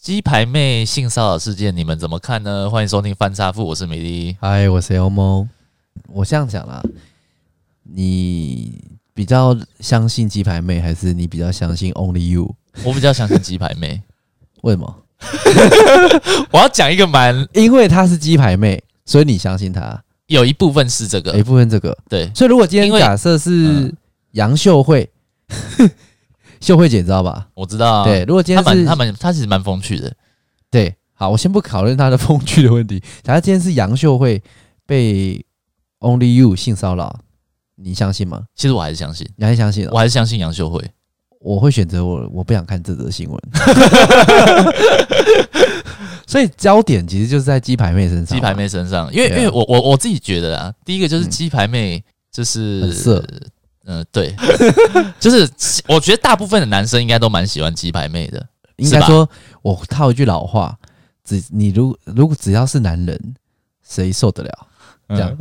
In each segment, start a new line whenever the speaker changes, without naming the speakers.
鸡排妹性骚扰事件，你们怎么看呢？欢迎收听翻差富，我是美丽。
嗨，我是 Elmo。我这样讲啦，你比较相信鸡排妹，还是你比较相信 Only You？
我比较相信鸡排妹，
为什么？
我要讲一个蛮
因为她是鸡排妹，所以你相信她。
有一部分是这
有一
个，
部分这个，
对，
所以如果今天
因为
假设是
嗯
杨秀慧， 秀慧姐你知道吧？
我知道啊。
对，如果今
他
天是
蛮他蛮他其实蛮风趣的，
对，好，我先不讨论她的风趣的问题。假设今天是杨秀慧被 Only You 性骚扰，你相信吗？
其实我还是相信，
你还相信、哦？
我还是相信杨秀慧。
我会选择我我不想看这 则新闻。所以焦点其实就是在鸡排妹身上，
鸡排妹身上，因为、
啊对啊
因为我我我自己觉得啊，第一个就是
嗯
鸡排妹就是
很色
嗯、对， 就是我觉得大部分的男生应该都蛮喜欢鸡排妹的，
应该说，我套一句老话，只你如如果只要是男人，谁受得了？
嗯
这样，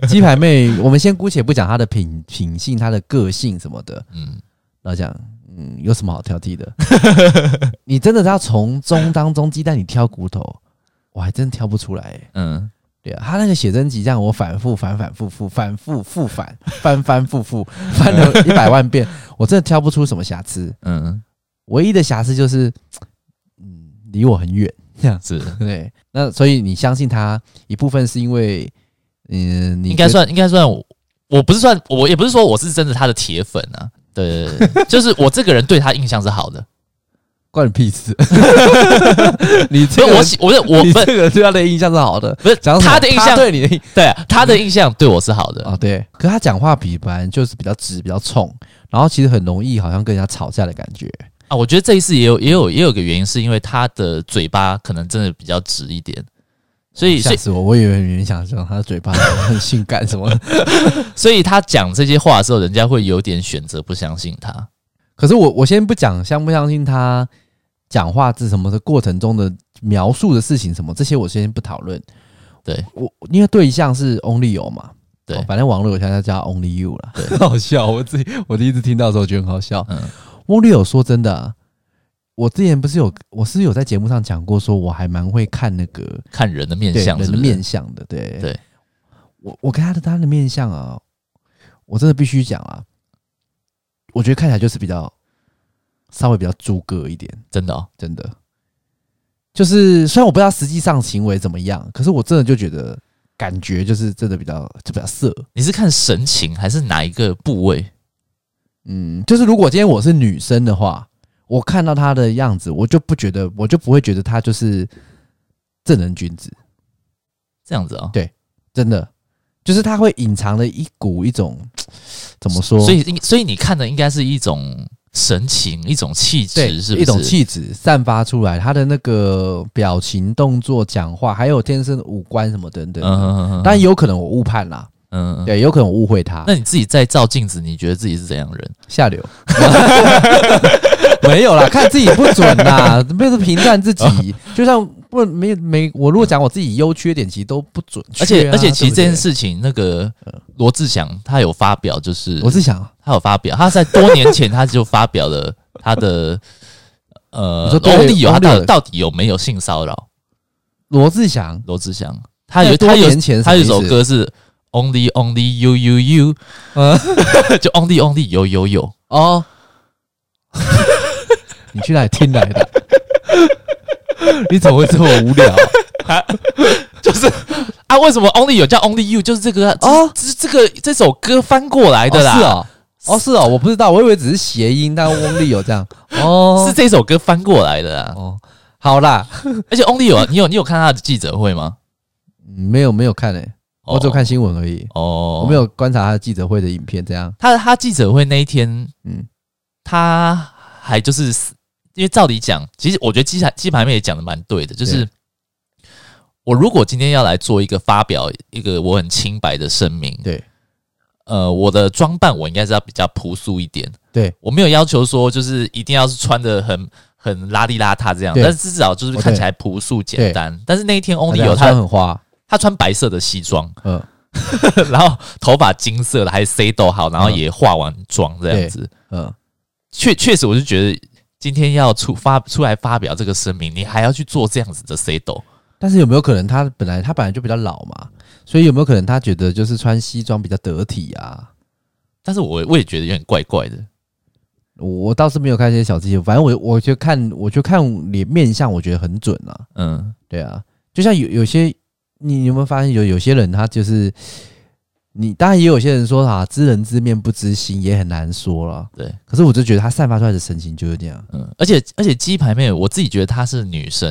对鸡排妹，我们先姑且不讲她的品品性、她的个性什么的，
嗯，
然后讲，嗯，有什么好挑剔 的？你真的要从中当中鸡蛋里挑骨头，我还真挑不出来、欸。
嗯
对啊，他那个写真集让我反复反反复复反复复反 翻翻复复翻了一百万遍，我真的挑不出什么瑕疵。
嗯，
唯一的瑕疵就是，嗯，离我很远 这样子。
是
对，那所以你相信他一部分是因为，嗯，你
应该
觉得
算应该算我，我不是算我也不是说我是真的他的铁粉啊，对对，对就是我这个人对他印象是好的，
关你 屁事。你
所
这
以
个
我
人
喜我的我
你
不
这个人对他的印象是好的，
不是
讲什么
他的印
他
象
对你的印
对啊他的印象对我是好的，
啊、对。可他讲话比本来就是比较直、比较冲，然后其实很容易好像跟人家吵架的感觉。
啊，我觉得这一次也有也有也有个原因，是因为他的嘴巴可能真的比较直一点，所以所
吓
以
死我！我以为你想讲他的嘴巴很性感什么，
所以他讲这些话的时候，人家会有点选择不相信他。
可是我我先不讲相不相信他讲话是什么的过程中的描述的事情什么，这些我先不讨论。
对
我，因为对象是 Only You 嘛，
对
哦反正网络有现在叫他 Only You 了，很 好笑。我自己我第一次听到的时候觉得很好笑。
嗯
Only You 说真的、啊，我之前不是有我是有在节目上讲过，说我还蛮会看那个
看人的面
对
相
人
是
的
不是？
面相的，对
对。
我我看他的他的面相啊，我真的必须讲啊，我觉得看起来就是比较稍微比较猪哥一点，
真的、哦，
真的。就是虽然我不知道实际上行为怎么样，可是我真的就觉得感觉就是真的比较就比较色。
你是看神情还是哪一个部位？
嗯，就是如果今天我是女生的话，我看到他的样子，我就不觉得，我就不会觉得他就是正人君子。
这样子哦，
对真的，就是它会隐藏了一股一种怎么说？
所以应所以你看的应该是一种神情，一种气
对
质，是不是？
一种气质散发出来，他的那个表情、动作、讲话，还有天生的五官什么等等。
嗯，嗯嗯
但有可能我误判啦，
嗯嗯。
对，有可能我误会他
那你自己在照镜子，你觉得自己是怎样的人？
下 流。没有啦，看自己不准 啦，不是评断自己。就像不没没，我如果讲我自己优缺点，其实都不准确啊、
而且而且，其实这
对不对嗯
件，事情，那个罗志祥他有发表，就是
我是想，
他有发表，他在多年前他就发表了他的呃
你说，对
欧弟有他到
欧
底
弟有
到底有没有性骚扰
罗志祥，
罗志祥？他有
在多
他有
年前
他有一
什么
首
意思
歌是 Only Only You You You，
嗯
就 Only Only 有有有，
哦， 你去哪里听来的？ 你怎么会这么无聊？
就是啊，为什么 Only 有叫 Only You？就是这个啊
哦
这这这个这首歌翻过来的啦，
是哦，哦是哦，我不知道，我以为只是谐音，但翁立友这样。 哦，
是这首歌翻过来的啦。
哦，好啦，
而且 Only 有你有你有看他的记者会吗？
嗯没有没有看诶、哦我只有看新闻而已，
哦，
我没有观察他的记者会的影片，这样。
他他记者会那一天，嗯
嗯，
他还就是因为照理讲，其实我觉得鸡排鸡排妹也讲的蛮对的，就是
对
我如果今天要来做一个发表一个我很清白的声明，
对，
呃，我的装扮我应该是要比较朴素一点，
对
我没有要求说就是一定要是穿的很。很邋里邋遢这样，
对
但是至少就是
哦
看起
对
来朴素简单。但是那一天
翁
Only
立
有
友
他
穿，很花，
他穿白色的西装，
嗯，
然后头发金色的，还 C 都好，然后
嗯
也化完妆这样子。
嗯，
确确实，我就觉得今天要出发出来发表这个声明，你还要去做这样子的 C 斗，
但是有没有可能他本来他本来就比较老嘛，所以有没有可能他觉得就是穿西装比较得体啊？
但是我我也觉得有点怪怪的。
我我倒是没有看这些小细节，反正我我就看我就看脸面相，我觉得很准啊。
嗯，
对啊，就像有有些你你有没有发现有有些人他就是你，当然也有些人说啊，知人知面不知心也很难说了。
对，
可是我就觉得他散发出来的神情就是啊这样。
嗯，而且而且鸡排妹，我自己觉得她是女生，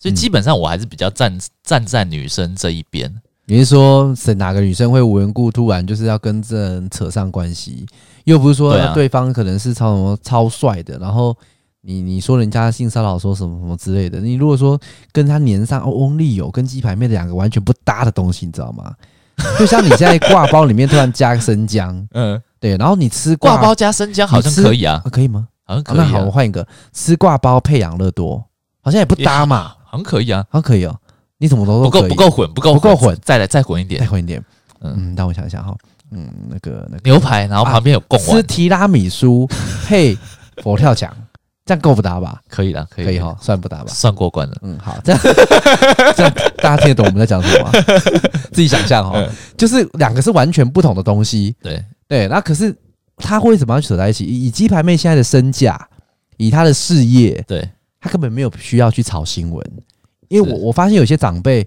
所
嗯
以基本上我还是比较站、站在女生这一边。
你是说是哪个女生会无缘故突然就是要跟这人扯上关系？又不是说
对啊
对方可能是超什么超帅的，然后你你说人家性骚扰说什么什么之类的，你如果说跟他粘上哦翁立友跟鸡排妹两个完全不搭的东西，你知道吗？ 就像你现在挂包里面突然加生姜，
嗯，
对，然后你吃
挂包、加生姜好像可以啊，
啊、可以吗？
好像可
啊
以、
那
啊。
好，我换一个吃挂包配养乐多，好像也不搭嘛，
好像可以啊，
好像可以哦。你怎么都
不
都
够
可以
不够混，不够
不够混，
再来再混一
再
点。
混一点。
嗯
嗯，让我想一下哈，嗯，那个那个
牛排，然后旁边有贡
吃
丸，
提拉米 苏配佛跳墙，这样够不搭吧？
可以啦，可以，
可以哈，，算不搭吧？
算过关了。
嗯，好， 这样这样大家听得懂我们在讲什么吗？自己想象哈
嗯，
就是两个是完全不同的东西，
对，
对，那可是他为什么要扯在一起？以以鸡排妹现在的身价，以她的事业，
对，
她根本没有需要去炒新闻，因为
是
我我发现有些长辈，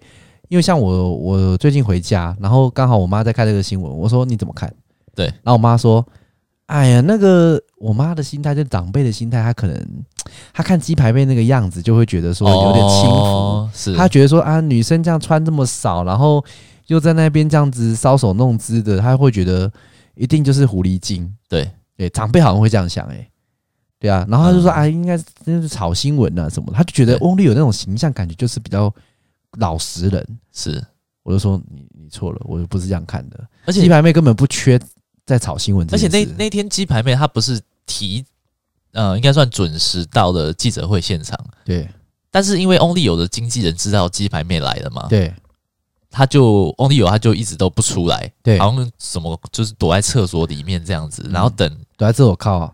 因为像我我最近回家，然后刚好我妈在看这个新闻，我说你怎么看？
对
然后我妈说，哎呀，那个我妈的心态就是长辈的心态，她可能她看鸡排妹那个样子，就会觉得说有点轻浮。
哦是
她觉得说啊，女生这样穿这么少，然后又在那边这样子搔首弄姿的，她会觉得一定就是狐狸精。
对
对，长辈好像会这样想、欸，对啊，然后他就说、
嗯
啊，应该是那是炒新闻啊什么的，他就觉得
对
翁立友那种形象感觉就是比较老实人。
是，
我就说你你错了，我不是这样看的。
而且
鸡排妹根本不缺在炒新闻这
而且
件事，
那那天鸡排妹她不是提，呃，应该算准时到的记者会现场，
对
但是因为 Only 有的经纪人知道鸡排妹来了嘛，
对
他就 Only 有他就一直都不出来，
对，
好像什么就是躲在厕所里面这样子，
嗯
然后等
躲在这我靠、啊，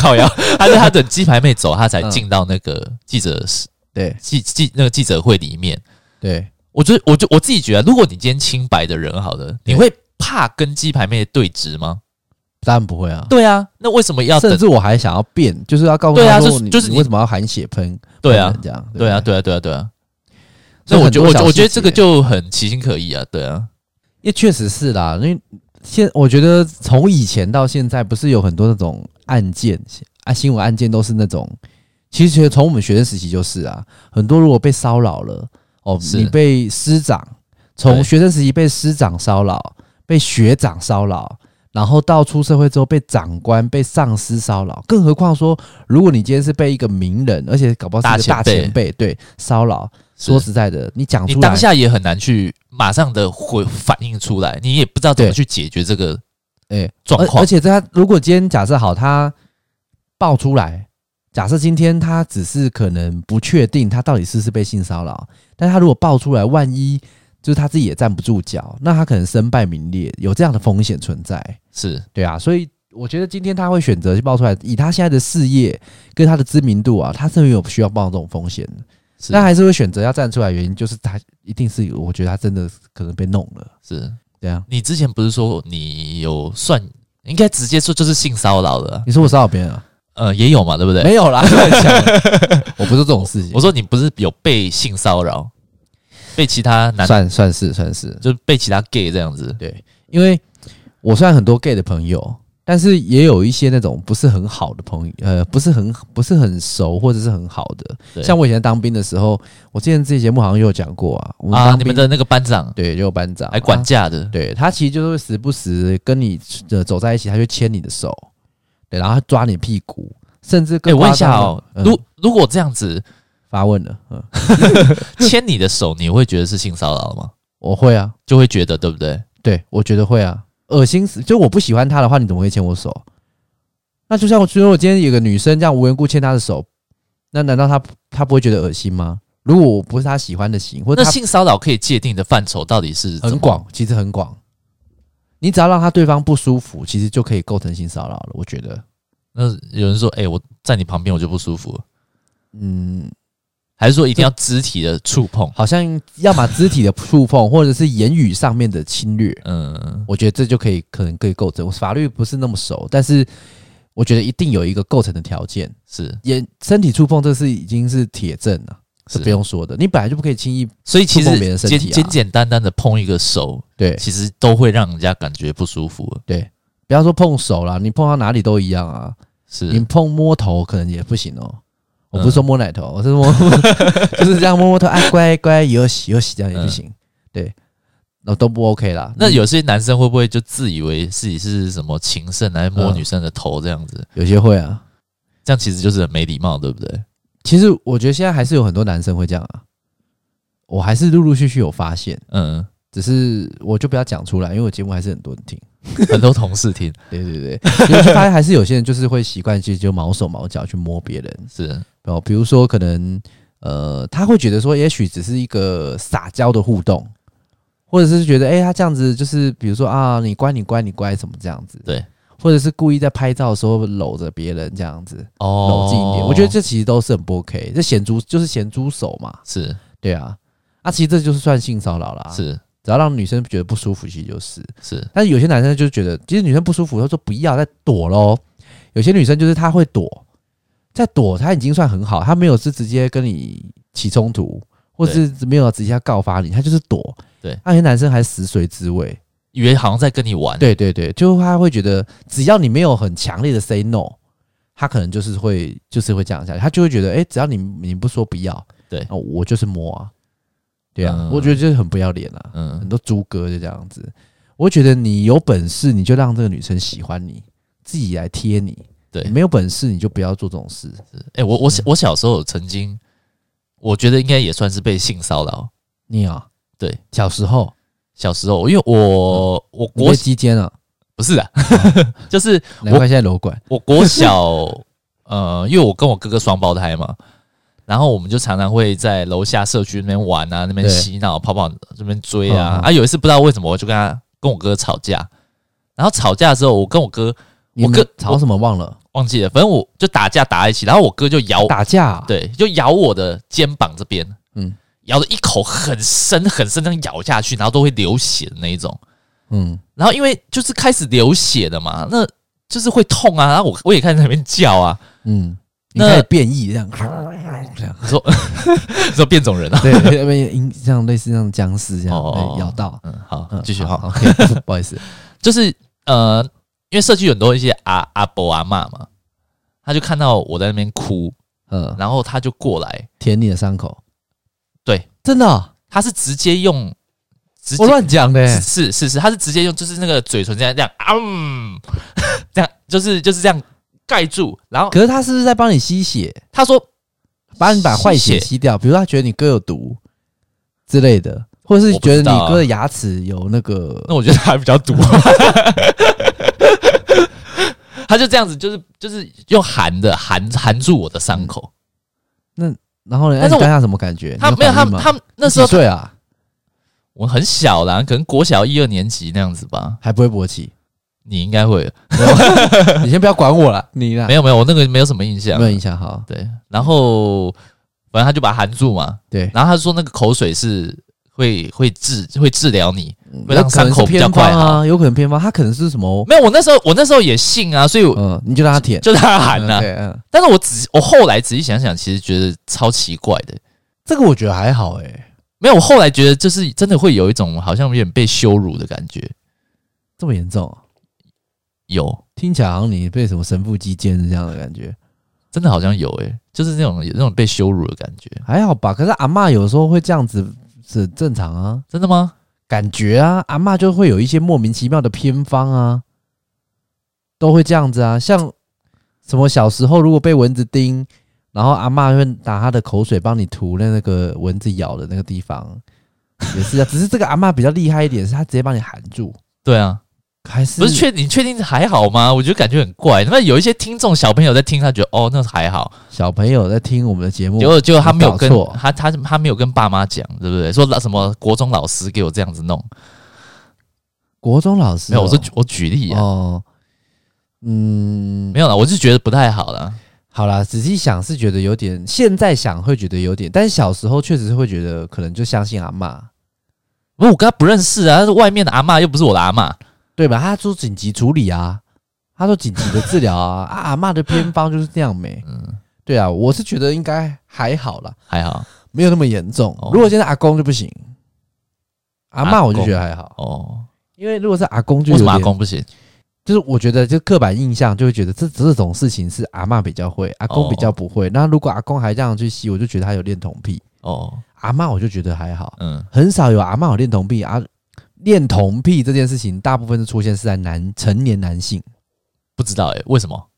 靠 腰，他就他等鸡排妹走，他才
嗯
进到那个记者室
对
记记那个记者会里面。
对
我觉得，我就我自己觉得，如果你今天清白的人，好了，你
对
会怕跟鸡排妹对峙吗？
当然不会啊。
对啊，那为什么要等
甚？至我还想要变，就是要告诉
对啊
他
就
说
是
你，
就是
你
你
为什么要含血喷？
对啊
喷人这样
对啊，
不
对啊，对啊，对啊。那
所以
我
很
觉得，我
多小
觉我觉得
细
这个
节
就很其心可议啊，对啊，
也确实是啦，因为现我觉得从以前到现在，不是有很多那种案件啊，新闻案件都是那种，其实从我们学生时期就是啊，很多如果被骚扰了，哦，
是
你被师长
对
从学生时期被师长骚扰，被学长骚扰。然后到出社会之后被长官、被上司骚扰，更何况说，如果你今天是被一个名人，而且搞不好是一个
大前
大
辈
前辈对骚扰，
是
说实在的，你讲
你
出来，
当下也很难去马上的回反应出来，你也不知道怎么
对
去解决这个
哎、
状
而
况
而。且他如果今天假设好，他爆出来，假设今天他只是可能不确定他到底是不是被性骚扰，但他如果爆出来，万一就是他自己也站不住脚，那他可能身败名裂，有这样的风险存在。
是
对啊，所以我觉得今天他会选择去爆出来，以他现在的事业跟他的知名度啊，他是没有需要冒这种风险的。
是
但还是会选择要站出来，原因就是他一定是我觉得他真的可能被弄了。
是，
对啊，
你之前不是说你有算，应该直接说就是性骚扰了啊，
你说我骚扰别人 啊？
呃，也有嘛，对不对？
没有啦，乱讲的。我不是这种事情
我。说你不是有被性骚扰，被其他男，
算算是算是，
就是被其他 gay 这样子，
对，因为我虽然很多 gay 的朋友，但是也有一些那种不是很好的朋友，呃，不是很不是很熟或者是很好
对
的。像我以前当兵的时候，我之前这期节目好像也有讲过啊，我们
啊，
当
你
兵
们的那个班长
对就有班长
来管
啊
架的，
对他其实就是会时不时跟你呃走在一起，他就牵你的手，对，然后他抓你屁股，甚至
哎、
更
问一
夸张
下
的
哦，
嗯
如如果这样子
发问了，嗯，
牵你的手，你会觉得是性骚扰吗？
我会啊，
就会觉得对不对？
对，我觉得会啊，恶心死！就我不喜欢他的话，你怎么会牵我手？那就像我，如果今天有个女生这样无缘故牵他的手，那难道他他不会觉得恶心吗？如果我不是他喜欢的型，或者
那
他
性骚扰可以界定的范畴到底是怎么
很？广，其实很广，你只要让他对方不舒服，其实就可以构成性骚扰了。我觉得
那有人说，哎、我在你旁边我就不舒服了，
嗯，
还是说一定要肢体的触碰？
好像要么肢体的触碰，或者是言语上面的侵略，
嗯，
我觉得这就可以可能可以构成。我法律不是那么熟，但是我觉得一定有一个构成的条件。
是
也身体触碰这是已经是铁证了，是
是
不用说的。你本来就不可以轻易
所以其
触碰别人
实
身
简
体啊
简简单单的碰一个手，
对
其实都会让人家感觉不舒服了。啊
对，不要说碰手啦，你碰到哪里都一样啊。你
是，嗯
碰摸头可能也不行哦。我不是说摸奶头，我是摸， 就是这样摸摸头，哎，乖乖，有喜有喜，这样也不行。对，那都不 OK 啦。
嗯那
你
有些男生会不会就自以为自己是什么情圣来摸
嗯
女生的头这样子？
有些会啊。
这样其实就是很没礼貌，对不对？
其实我觉得现在还是有很多男生会这样啊。我还是陆陆续续有发现，
嗯，
只是我就不要讲出来，因为我节目还是很多人听。
很多同事听
对对 对，因为就发现还是有些人就是会习惯性就毛手毛脚去摸别人，
是，
然后比如说可能呃，他会觉得说，也许只是一个撒娇的互动，或者是觉得哎、他这样子就是比如说啊，你乖你乖你乖什么这样子，
对，
或者是故意在拍照的时候搂着别人这样子，
哦，
搂近一点，我觉得这其实都是很不 OK，这显猪就是咸猪手嘛，
是
对啊，啊，其实这就是算性骚扰啦，，
是
只要让女生觉得不舒服，其实就是。
是，
但是有些男生就觉得，其实女生不舒服，他说不要再躲喽。有些女生就是她会躲，在躲，她已经算很好，她没有是直接跟你起冲突，或是没有直接要告发你，她就是躲。
对
那有些男生还食髓知味，
以为好像在跟你玩，
对对对，就他会觉得，只要你没有很强烈的 say no，他可能就是会就是会这样下去，他就会觉得，哎、只要你你不说不要，
对
哦我就是摸啊，对啊，
嗯
我觉得就是很不要脸啊，很
嗯，
多猪哥就这样子。我觉得你有本事，你就让这个女生喜欢你，自己来贴你；
对
你，没有本事，你就不要做这种事。
哎、我我小我小时候有曾经，我觉得应该也算是被性骚扰。
你啊，
对，
小时候
小时候，因为我、我
你被
国
鸡奸啊，
不是啊， 就是
难怪现在楼管。
我国小，呃，因为我跟我哥哥双胞胎 嘛，然后我们就常常会在楼下社区那边玩啊，那边
对
嬉闹，跑跑这边追啊
嗯嗯
啊！有一次不知道为什么，我就跟他跟我哥吵架，然后吵架的时候，我跟我哥
你们
我跟
吵什么忘了？
忘记了，反正我就打架打在一起，然后我哥就咬，
打架啊、
对，就咬我的肩膀这边，
嗯
咬的一口很深很深，这样咬下去，然后都会流血的那一种。
嗯，
然后因为就是开始流血的嘛，那就是会痛啊。然后我我也开始在那边叫啊，
嗯，你
那
开始变异这样，这样
说变种人啊。
对，那边影像类似像僵尸这样、哎
哦
对咬到。
嗯，好
嗯，，
继续哈，
好，OK，不好 意思，
就是呃，因为社区有很多一些阿阿伯阿嬷嘛，他就看到我在那边哭，
嗯，
然后他就过来，
舔你的伤口，
对，
真的啊、
他是直接用，直接
我乱欸讲的、
是是是是，他是直接用就是那个嘴唇这样这样啊，嗯 这样就是就是这样盖住，然后
可是他是不是在帮你吸血？
他说
把你把坏血
吸血
吸掉，比如他觉得你哥有毒之类的，或者是
我不
觉得
知道
你
啊
哥的牙齿有那个，
那我觉得他还比较毒。 他就这样子，就是就是用含的含含住我的伤口。
然后呢？
但是
那
我
你当下什么感觉？
他
嗯你
没有他
反应吗
他那时候
几岁啊，
我很小啦，可能国小一二年级那样子吧。
还不会 勃起。
你应该会
你先不要管我了，你啦，
没有没有，我那个没有什么印象
啊没。有影响哈。
对，然后反正他就把它含住嘛，
对，
然后他说那个口水是会会治会治疗你。会
那
让
可
伤
能
口
是
比较
偏
快
方啊，有可能偏方，他可能是什么？
没有，我那时候我那时候也信啊，所以我
嗯，你就让他舔，
就让他含
嗯
啊。
对，嗯，
但是我仔我后来仔细想想，其实觉得超奇怪的。
这个我觉得还好哎，
没有，我后来觉得就是真的会有一种好像有点被羞辱的感觉。
这么严重啊，
有，
听起来好像你被什么神父击奸这样的感觉，
真的好像有诶、就是那种有那种被羞辱的感觉。
还好吧？可是阿嬷有时候会这样子，是正常啊。
真的吗？
感觉啊，阿嬷就会有一些莫名其妙的偏方啊，都会这样子啊。像什么小时候如果被蚊子叮，然后阿嬷会拿她的口水帮你涂那那个蚊子咬的那个地方， 也是啊。只是这个阿嬷比较厉害一点，是她直接帮你含住，
对啊，
还是
不是确你确定还好吗？我觉得感觉很怪。那有一些听众小朋友在听，他觉得哦那还好，
小朋友在听我们的节目
结，果结果他没有
搞
跟
错
他他他没有跟爸妈讲，对不对？说老什么国中老师给我这样子弄，
国中老师
没有，我
哦
说举我举例啊，
哦，嗯，
没有啦，我是觉得不太好啦。
好啦，仔细想是觉得有点，现在想会觉得有点，但是小时候确实是会觉得可能就相信阿嬷，
不是我跟他不认识啊，但是外面的阿嬷又不是我的阿嬷。
对吧？他说紧急处理啊，他说紧急的治疗啊， 啊阿嬷的偏方就是这样没，
嗯，
对啊，我是觉得应该还好啦，
还好
没有那么严重。
哦
如果现在阿公就不行，阿嬷我就觉得还好，
哦。
因为如果是阿公就
为
有
什
点
么阿公不行？
就是我觉得，就刻板印象就会觉得这这种事情是阿嬷比较会，阿公比较不会。那如果阿公还这样去吸，我就觉得他有恋童癖。
哦，
阿嬷我就觉得还好，
嗯，
很少有阿嬷有恋童癖啊。恋童癖这件事情，大部分是出现是在男成年男性。
不知道哎、为什么？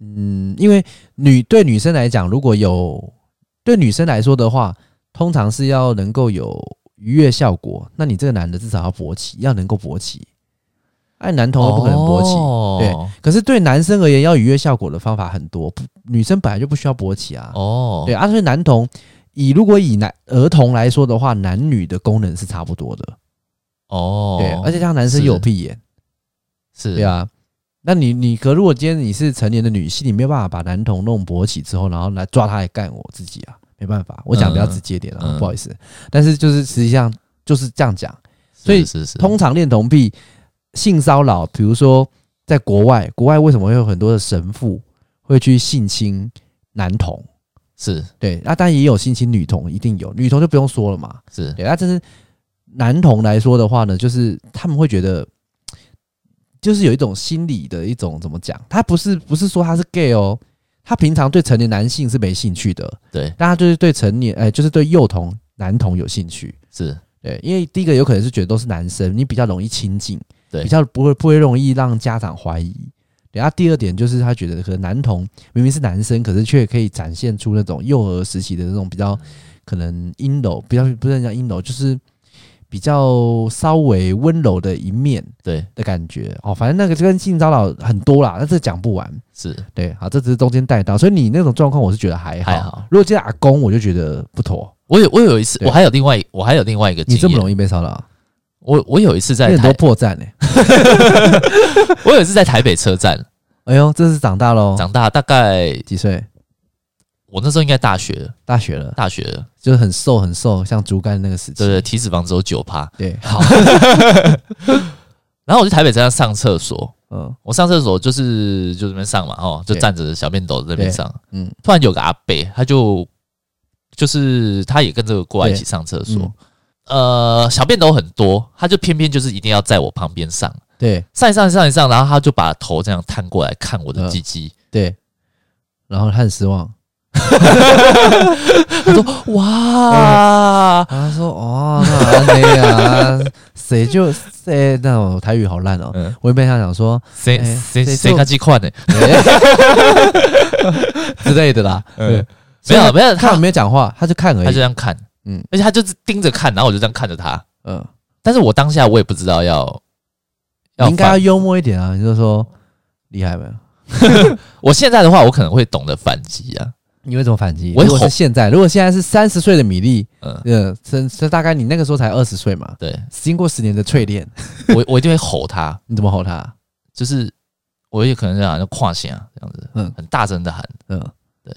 嗯，因为女对女生来讲，如果有对女生来说的话，通常是要能够有愉悦效果。那你这个男的至少要勃起，要能够勃起。按男同都不可能勃起，
哦，
可是对男生而言，要愉悦效果的方法很多，不女生本来就不需要勃起啊。
哦，
对啊，所以男童以如果以男儿童来说的话，男女的功能是差不多的。
哦，
对，而且像男生
是
有屁眼，
是
对啊。那你你可如果今天你是成年的女性，你没有办法把男童弄勃起之后，然后来抓他来干我自己啊，没办法。我讲比较直接一点啊，
嗯嗯
不好意思。但是就是实际上就是这样讲。所以
是是是
通常恋童癖、性骚扰，比如说在国外，国外为什么会有很多的神父会去性侵男童？
是
对，那当然也有性侵女童，一定有女童就不用说了嘛。
是
对，那这是男童来说的话呢，就是他们会觉得，就是有一种心理的一种怎么讲？他不是不是说他是 gay 哦，他平常对成年男性是没兴趣的，
对
但他就是对成年，哎、就是对幼童、男童有兴趣。
是
对，因为第一个有可能是觉得都是男生，你比较容易亲近，
对
比较不会不会容易让家长怀疑。然后第二点就是他觉得可能男童明明是男生，可是却可以展现出那种幼儿时期的那种比
嗯
较可能阴柔，比较不是讲阴柔，就是比较稍微温柔的一面
对
的感觉哦。反正那个就跟性骚扰很多啦，但这讲不完。
是
对，好，这只是中间带到，所以你那种状况我是觉得还好。
还好。
如果今天阿公，我就觉得不妥。
我有我有一次，
对
我还有另外一我还有另外一个经
你
验，
这么容易被骚扰啊，
我我有一次
你
在
很
台，
多破绽呢、
我有一次在台北车站
哎呦，这是长大喽，
长大，大概
几岁？
我那时候应该大学了
大学了，
大学了
就是很瘦很瘦，像竹竿那个时期。
对对，体脂肪只有九趴。
对好，
然后我去台北车站上厕所，
嗯
我上厕所就是就这边上嘛，哦，就
对
站着小便斗在那边
对
上，
嗯
突然有个阿伯，他就就是他也跟着过来一
对嗯
起上厕所，呃，小便斗很多，他就偏偏就是一定要在我旁边上，
对
上一上一上一上，然后他就把头这样探过来看我的鸡鸡，
对，然后他很失望，嗯
哇，
他说：“哦，那没啊，谁就谁那种台语好烂哦。
嗯
我原本想讲说、
谁
哎
谁
谁
谁
做
看鸡块呢？
哎之类的啦，
嗯
嗯，
没有没有，
他
他
有没有讲话，他就看而
他就这
已。
样看，嗯
嗯，
而且他就是盯着看，然后我就这样看着他，
嗯，
但是我当下我也不知道要
你
要
应该要
反，
幽默一点啊，你就说厉害没有？
我现在的话，我可能会懂得反击啊，
你会怎么反击？
我会
如果是
吼
现在，如果现在是三十岁的米粒，
嗯，
呃，这这大概你那个时候才二十岁嘛，
对
经过十年的淬炼，
我我一定会吼他，
你怎么吼他？
就是我也可能这样就跨线啊，这样子，嗯
嗯，
很大声的喊，
嗯，
对。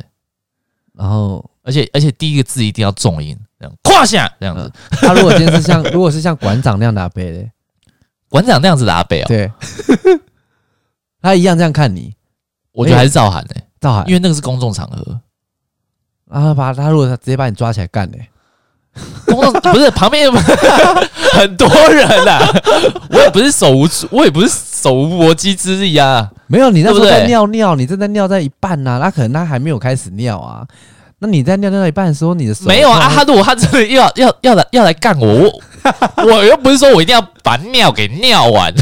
然后
而且而且第一个字一定要重音，这样跨线啊这样子
嗯，他如果今天是 像如果是像馆长那样拿杯嘞，
馆长那样子的阿北啊，
对， 他一样这样看你，
我觉得还是照喊呢，
赵海，
因为那个是公众场合，
然后把他如果他直接把你抓起来干嘞，
公众不是旁边 有很多人啊，我也不是手无我也不是手无搏鸡之力啊，
没有，你那时候
对不对
在尿尿，你正在尿在一半呐、他可能他还没有开始尿啊，那你在尿尿到一半的时候，你的手
没有啊，他如果他真的要要要来要来干我，我我又不是说我一定要把尿给尿完，。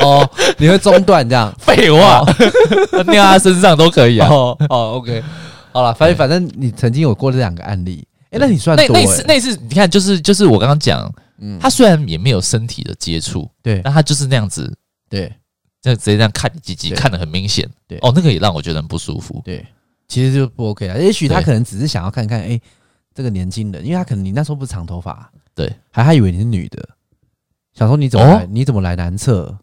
哦，你会中断这样
废话，尿他身上都可以啊。
哦哦，OK，好了，反正反正你曾经有过这两个案例，哎、那你算
那
多、
那次
欸，
那次，你看，就是就是我刚刚讲，
嗯，
他虽然也没有身体的接触，
对
但他就是那样子，
对
就直接这样看你鸡鸡，
对
看得很明显。
对
哦，那个也让我觉得很不舒服。
对，其实就不 OK 啊。也许他
对
可能只是想要看看，哎、这个年轻人，因为他可能你那时候不是长头发，
对，
还还以为你是女的，想说你怎么来，
哦
你怎么来男厕？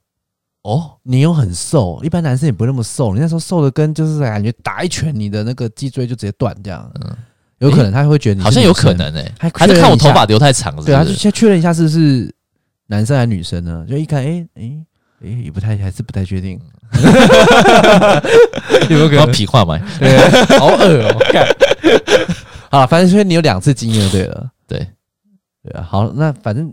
哦，
你又很瘦，一般男生也不那么瘦，你那时候瘦的跟就是感觉打一拳，你的那个脊椎就直接断这样。
嗯
有可能他会觉得你是
好像有可
女生，
能哎、
还
还是
确认
看我
一下
头发留太长是不是，
对，他就啊先确认一下是不是男生还是女生呢？就一看，哎哎哎，也不太还是不太确定，有没有可
然后
能？
皮话嘛，
对，好恶哦、干好了，反正所以你有两次经验就对了。
对
对啊，好，那反正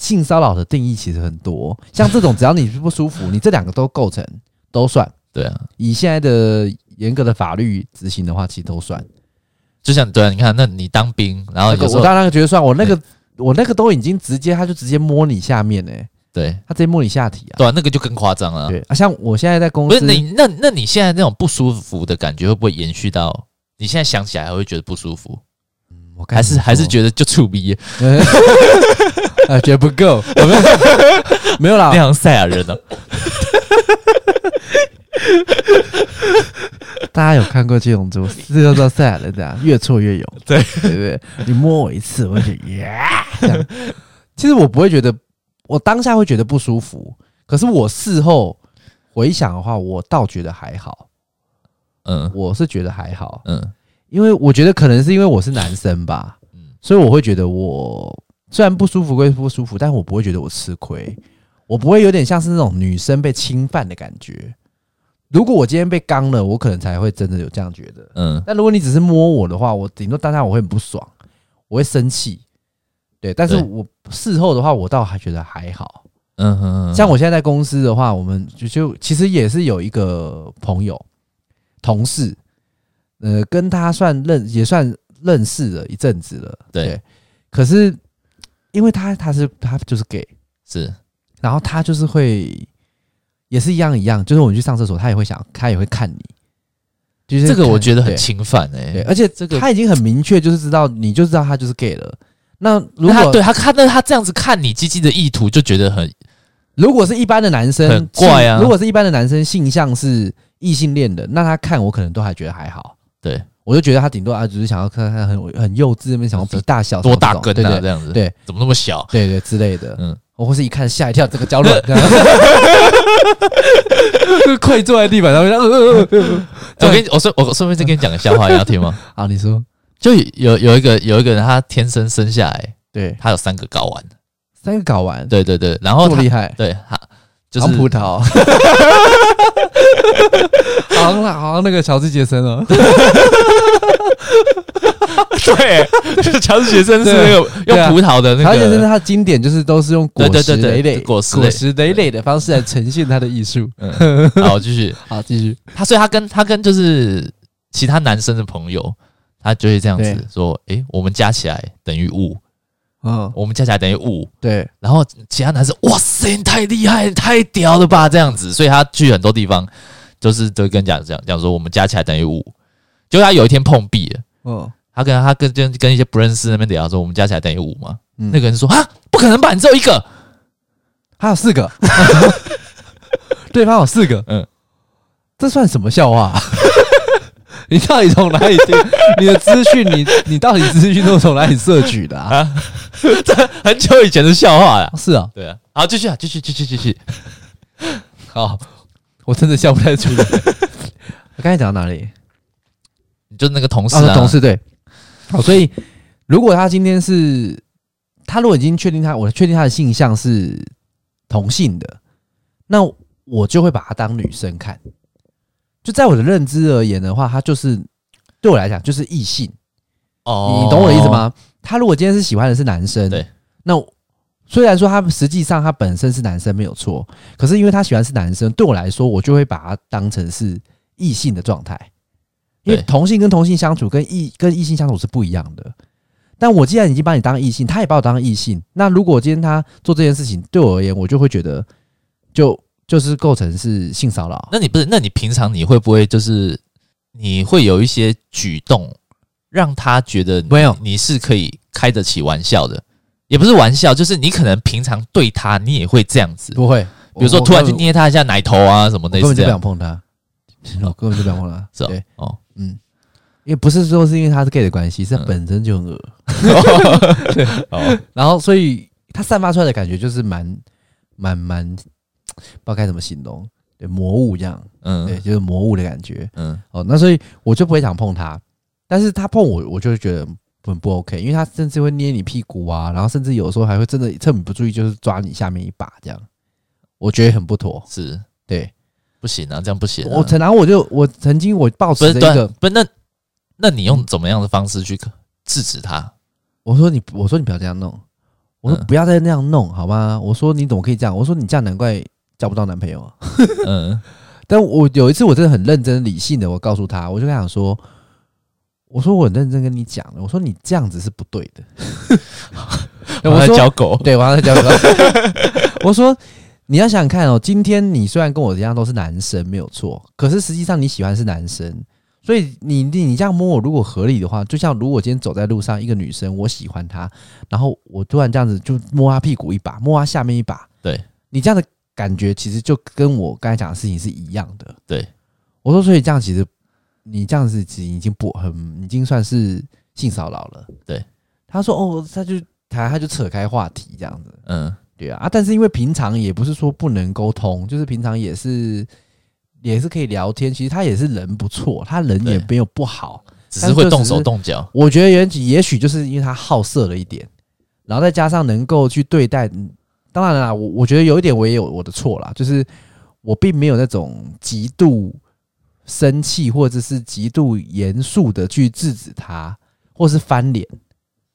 性骚扰的定义其实很多，像这种只要你不舒服，你这两个都构成都算。
对啊，
以现在的严格的法律执行的话，其实都算。
就像对啊，你看，那你当兵，然后哦
那
有
个
时
我
候
当然觉得算，我那个我那个都已经直接，他就直接摸你下面呢、
对
他直接摸你下体啊。
对啊，那个就更夸张了。
对啊，像我现在在公
不
司
是，你那那你现在那种不舒服的感觉会不会延续到你现在想起来还会觉得不舒服，
我该
还
怎
是
么
还是
说
觉得就触鼻？
啊，觉得不够，我没有没有 啦
那，样赛亚人呢、
大家有看过这种 就这就叫赛亚人这样，越挫越勇，
对
对不对？你摸我一次，我就 觉得耶，这样其实我不会觉得，我当下会觉得不舒服，可是我事后回想的话，我倒觉得还好，
嗯
我是觉得还好，
嗯
因为我觉得可能是因为我是男生吧，
嗯，
所以我会觉得我虽然不舒服归不舒服，但我不会觉得我吃亏，我不会有点像是那种女生被侵犯的感觉。如果我今天被刚了，我可能才会真的有这样觉得。
嗯，
但如果你只是摸我的话，我顶多当下我会很不爽，我会生气。对，但是
对
我事后的话，我倒还觉得还好。
嗯哼，
像我现在在公司的话，我们就就其实也是有一个朋友同事，呃，跟他算认也算认识了一阵子了。
对
可是因为他他是他就是 gay，
是
然后他就是会也是一样一样，就是我们去上厕所，他也会想，他也会看你。就是
这个，我
看
觉得
对
很侵犯哎、
对，而且
这个
他已经很明确，就是知道你就知道他就是 gay 了。那如
那他
果
对他看到他这样子看你鸡鸡的意图，就觉得很
如果是一般的男生，
很怪啊
性如果是一般的男生性向是异性恋的，那他看我可能都还觉得还好。
对，
我就觉得他顶多啊，只是想要看他很很幼稚，那边想要比大小什么
多大
这种
根
对
啊，
对
这样子，
对，
怎么那么小？
对对之类的。
嗯，
我或是一看吓一跳，这个脚 软，这样跪坐在地板上面。呃呃呃呃
我跟你我顺我顺便再跟你讲个笑话，你要听 吗？
好，你说
就有有一个有一个人，他天生生下来，
对，
他有三个睾丸，
三个搞完，
对对对，然后
这么
他
厉害，
对他就是
糖葡萄， 好像好像那个乔治杰森哦，
对，就乔治学生是那个
对啊
用葡萄的那
乔治啊杰森
个，
他的经典就是都是用果
对对
实
对
累
对
累、
果实
果
累
实累累的方式来呈现他的艺 术。
好继续，
好，继续，
他所以他跟他跟就是其他男生的朋友，他就会这样
对
子说，诶，我们加起来等于五，
嗯，
我们加起来等于五，
对，
然后其他男生，哇塞，你太厉害，太屌了吧，这样子，所以他去很多地方，就是都跟讲讲讲说，我们加起来等于五。就他有一天碰壁了，
嗯，
他跟他跟跟跟一些不认识的那边聊说，我们加起来等于五嘛。
嗯
那个人说啊，不可能吧，你只有一个。
还有 四个，对方有四个，嗯
嗯，
这算什么 笑话？你到底从哪里听？你的资讯，你你到底资讯都从哪里摄取 的啊？
很久以前的笑话了。
是啊，
对啊，好，继续啊，继续，继续，继续。
好，我真的笑不太出 来。我刚才讲到哪里？
你就那个同事
哦，
啊，
同事对。好，所以如果他今天是，他如果已经确定他，我确定他的性向是同性的，那我就会把他当女生看。就在我的认知而言的话，他就是对我来讲就是异性，
哦，
你懂我的意思？吗？他如果今天是喜欢的是男生，
对，
那我虽然说他实际上他本身是男生没有错，可是因为他喜欢是男生，对我来说，我就会把他当成是异性的状态，因为
对
同性跟同性相处跟异跟异性相处是不一样的。但我既然已经把你当异性，他也把我当异性，那如果今天他做这件事情对我而言，我就会觉得就就是构成是性骚扰。
那你不是？那你平常你会不会就是你会有一些举动，让他觉得你
没有
你是可以开得起玩笑的？也不是玩笑，就是你可能平常对他，你也会这样子。
不会，
比如说，
我
突然
我
去捏他一下奶头啊，什么
我
类似
根本
这
就
样
不想，碰他，我根本就不想碰他，
是
对
哦，哦，
嗯，也不是说是因为他是 gay 的关系，是他
嗯
本身就 很恶，
哦，
然后所以他散发出来的感觉就是蛮蛮蛮知道该怎么形容，对，魔物这样，对，
嗯
就是魔物的感觉。
嗯
哦，那所以我就不会想碰它，但是它碰我，我就会觉得很不 OK，因为它甚至会捏你屁股啊，然后甚至有时候还会真的趁你不注意就是抓你下面一把这样，我觉得很不妥。
是
对
不行啊，这样不行、啊。
我曾，然后我就我曾经我抱
不
持
是
着一
对，啊
个，
不是那那你用怎么样的方式去制止他？
我说你，我说你不要这样弄，我说
嗯
不要再那样弄，好吗？我说你怎么可以这样？我说你这样难怪交不到男朋友啊。
嗯
但我有一次我真的很认真理性的，我告诉他，我就跟他讲说，我说我很认真跟你讲了，我说你这样子是不对的。
我
我
在
说
教狗，
对，我要再教给他。我说 你要想想看哦，今天你虽然跟我一样都是男生没有错，可是实际上你喜欢是男生，所以你你你这样摸我，如果合理的话，就像如果今天走在路上一个女生，我喜欢她，然后我突然这样子就摸她屁股一把，摸她下面一把，
对
你这样的感觉其实就跟我刚才讲的事情是一样的。
对，
我说所以这样其实你这样子其实已经不很已经算是性骚扰了。
对，
他说哦，他就他他就扯开话题这样子。
嗯
对啊，啊，但是因为平常也不是说不能沟通，就是平常也是也是可以聊天。其实他也是人不错，他人也
对
没有不好。
只是会动手动脚。
我觉得也许也许就是因为他好色了一点，然后再加上能够去对待，嗯当然啦，我我觉得有一点我也有我的错啦，就是我并没有那种极度生气或者是极度严肃的去制止他，或是翻脸。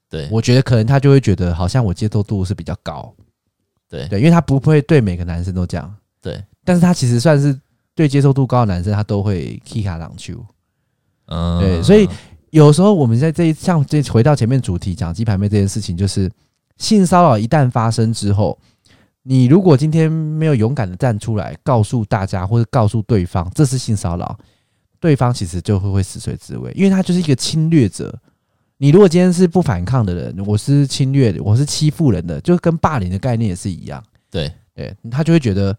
对
我觉得可能他就会觉得好像我接受度是比较高，
对
对，因为他不会对每个男生都这样，
对，
但是他其实算是对接受度高的男生，他都会 k 卡朗丘。
嗯，
对所以有时候我们在这一像这回到前面主题讲鸡排妹这件事情，就是性骚扰一旦发生之后，你如果今天没有勇敢的站出来告诉大家或者告诉对方这是性骚扰，对方其实就会会死罪自卫，因为他就是一个侵略者。你如果今天是不反抗的人，我是侵略的，我是欺负人的，就跟霸凌的概念也是一样。
对
对，他就会觉得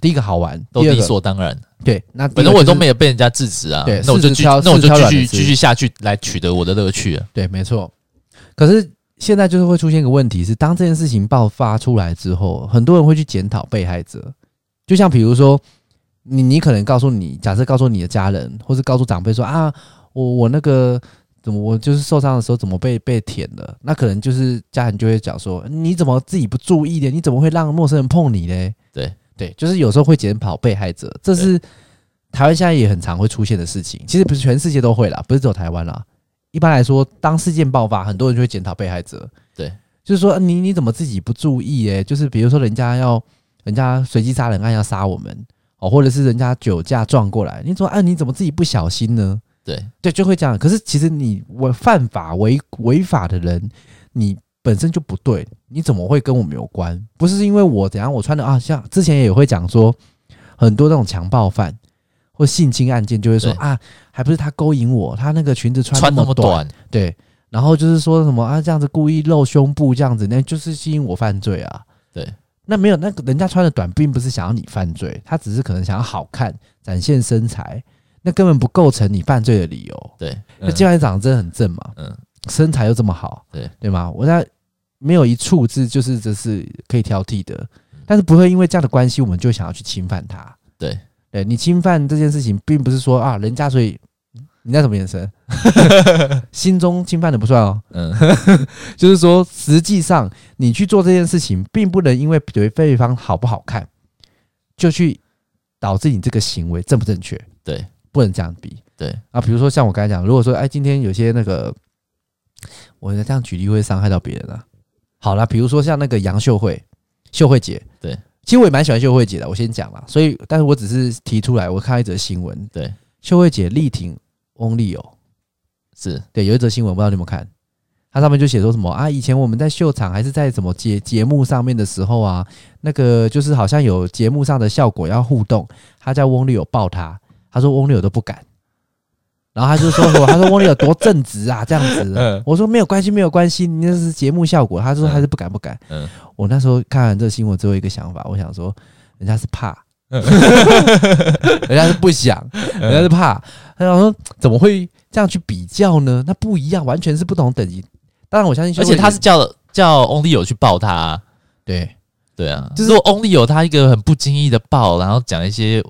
第一个好玩，
都
第二
理
个
所当然。
对，那第
反
二个
正我
就
都
是
没有被人家制止啊，
对
那我就
四
继
肢挑
那我就
四肢挑
继
软
续
的字
继续下去来取得我的乐趣啊。
对，没错。可是现在就是会出现一个问题是，当这件事情爆发出来之后，很多人会去检讨被害者。就像比如说，你你可能告诉你，假设告诉你的家人，或是告诉长辈说啊，我我那个怎么我就是受伤的时候怎么被被舔了，那可能就是家人就会讲说，你怎么自己不注意的？你怎么会让陌生人碰你嘞？
对
对，就是有时候会检讨被害者，这是台湾现在也很常会出现的事情。其实不是全世界都会啦，不是只有台湾啦。一般来说，当事件爆发，很多人就会检讨被害者。
对，
就是说呃你你怎么自己不注意、欸？就是比如说人家要人家随机杀人案要杀我们哦，或者是人家酒驾撞过来，你怎么啊？你怎么自己不小心呢？
对
对，就会这样。可是其实你违犯法违违法的人，你本身就不对，你怎么会跟我们有关？不是因为我怎样我穿的啊，像之前也会讲说，很多那种强暴犯或性侵案件就会说
对
啊，还不是他勾引我，他那个裙子穿
穿那
么
么短，
对，然后就是说什么啊，这样子故意露胸部这样子，那就是吸引我犯罪啊。
对，
那没有，那个人家穿的短，并不是想要你犯罪，他只是可能想要好看，展现身材，那根本不构成你犯罪的理由。
对，
那既然长得真的很正嘛，
嗯
身材又这么好，
对
对吗？我在没有一处是就是这是可以挑剔的，但是不会因为这样的关系，我们就想要去侵犯他。
嗯对，
对你侵犯这件事情，并不是说啊，人家所以你那什么眼神， 心中侵犯的不算哦，
嗯嗯
就是说实际上你去做这件事情，并不能因为对对方好不好看，就去导致你这个行为正不正确。
对，
不能这样比。
对
啊，比如说像我刚才讲，如果说哎，今天有些那个，我这样举例会伤害到别人啊。好啦，比如说像那个杨秀慧，秀慧姐，
对，
其实我也蛮喜欢秀慧姐的，我先讲啦。所以，但是我只是提出来，我看到一则新闻，
对，
秀慧姐力挺翁立友，
是
对，有一则新闻，我不知道你有没有看，它上面就写说什么啊，以前我们在秀场还是在什么节节目上面的时候啊，那个就是好像有节目上的效果要互动，他叫翁立友抱他，他说翁立友都不敢，然后他就说什么，他说翁立友多正直啊，这样子
嗯，
我说没有关系，没有关系，你那是节目效果，他说他是不敢不敢，
嗯
我那时候看完这个新闻之后一个想法，我想说人家是怕。
嗯
人家是不想，人家是怕，他想说怎么会这样去比较呢？那不一样，完全是不同等级。当然，我相信秀
而
慧姐，
且他是叫叫翁立友去抱他啊、
对，
对啊，
就
就是是如果 Only 有他一个很不经意的爆，然后讲一些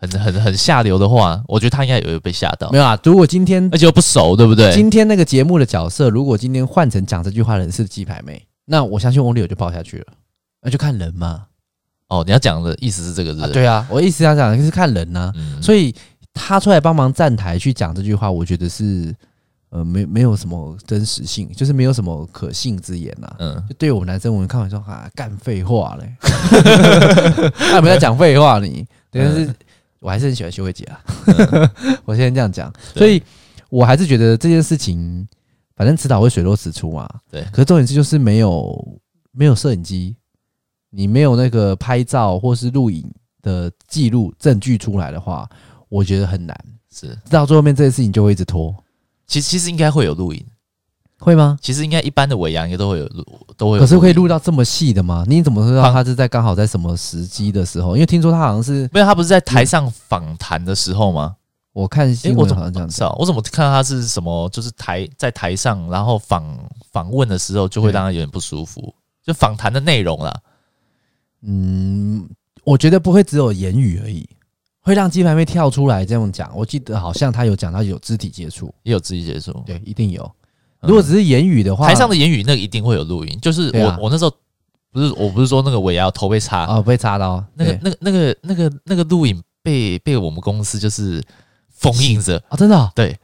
很很很下流的话，我觉得他应该也会被吓到
没，有啊，如果今天
哦而且又不熟，对不对？
今天那个节目的角色，如果今天换成讲这句话的人是鸡排妹，那我相信翁立友就爆下去了。那就看人嘛，
哦，你要讲的意思是这个，是不
啊，
是？
对啊，我意思要讲就是看人啊呐、
嗯，
所以他出来帮忙站台去讲这句话，我觉得是呃没没有什么真实性，就是没有什么可信之言呐、啊
嗯，
就对我们男生，我们看完说啊，干废话嘞，那有没有在讲废话你？对但是我还是很喜欢修慧姐啊， 我先这样讲，
对
所以我还是觉得这件事情，反正迟早会水落石出嘛。
对
可是重点是就是没有没有摄影机，你没有那个拍照或是录影的记录证据出来的话，我觉得很难。
是。
到最后面这件事情就会一直拖，
其实其实应该会有录影，
会吗？
其实应该一般的尾牙应该都会有录，都会有。
可是可以录，到这么细的吗？你怎么知道
放
他是在刚好在什么时机的时候？因为听说他好像是
没有？他不是在台上访谈的时候吗？
我看
诶
新
我
闻
怎
好
么
像这样
是
子，
啊？我怎么看到他是什么？就是台在台上，然后访访问的时候，就会
对
让他有点不舒服，就访谈的内容啦。
嗯，我觉得不会只有言语而已，会让鸡排妹跳出来这样讲。我记得好像他有讲到有肢体接触，
也有自己解说。
对，一定有。
嗯
如果只是言语的话，
台上的言语，那个一定会有录音。就是
对
我、
啊
我那时候不是我不是说那个尾牙头被插，
啊、被插到
那个
对
那个那个那个那个录影被被我们公司就是封印着。
啊，真的哦、
对，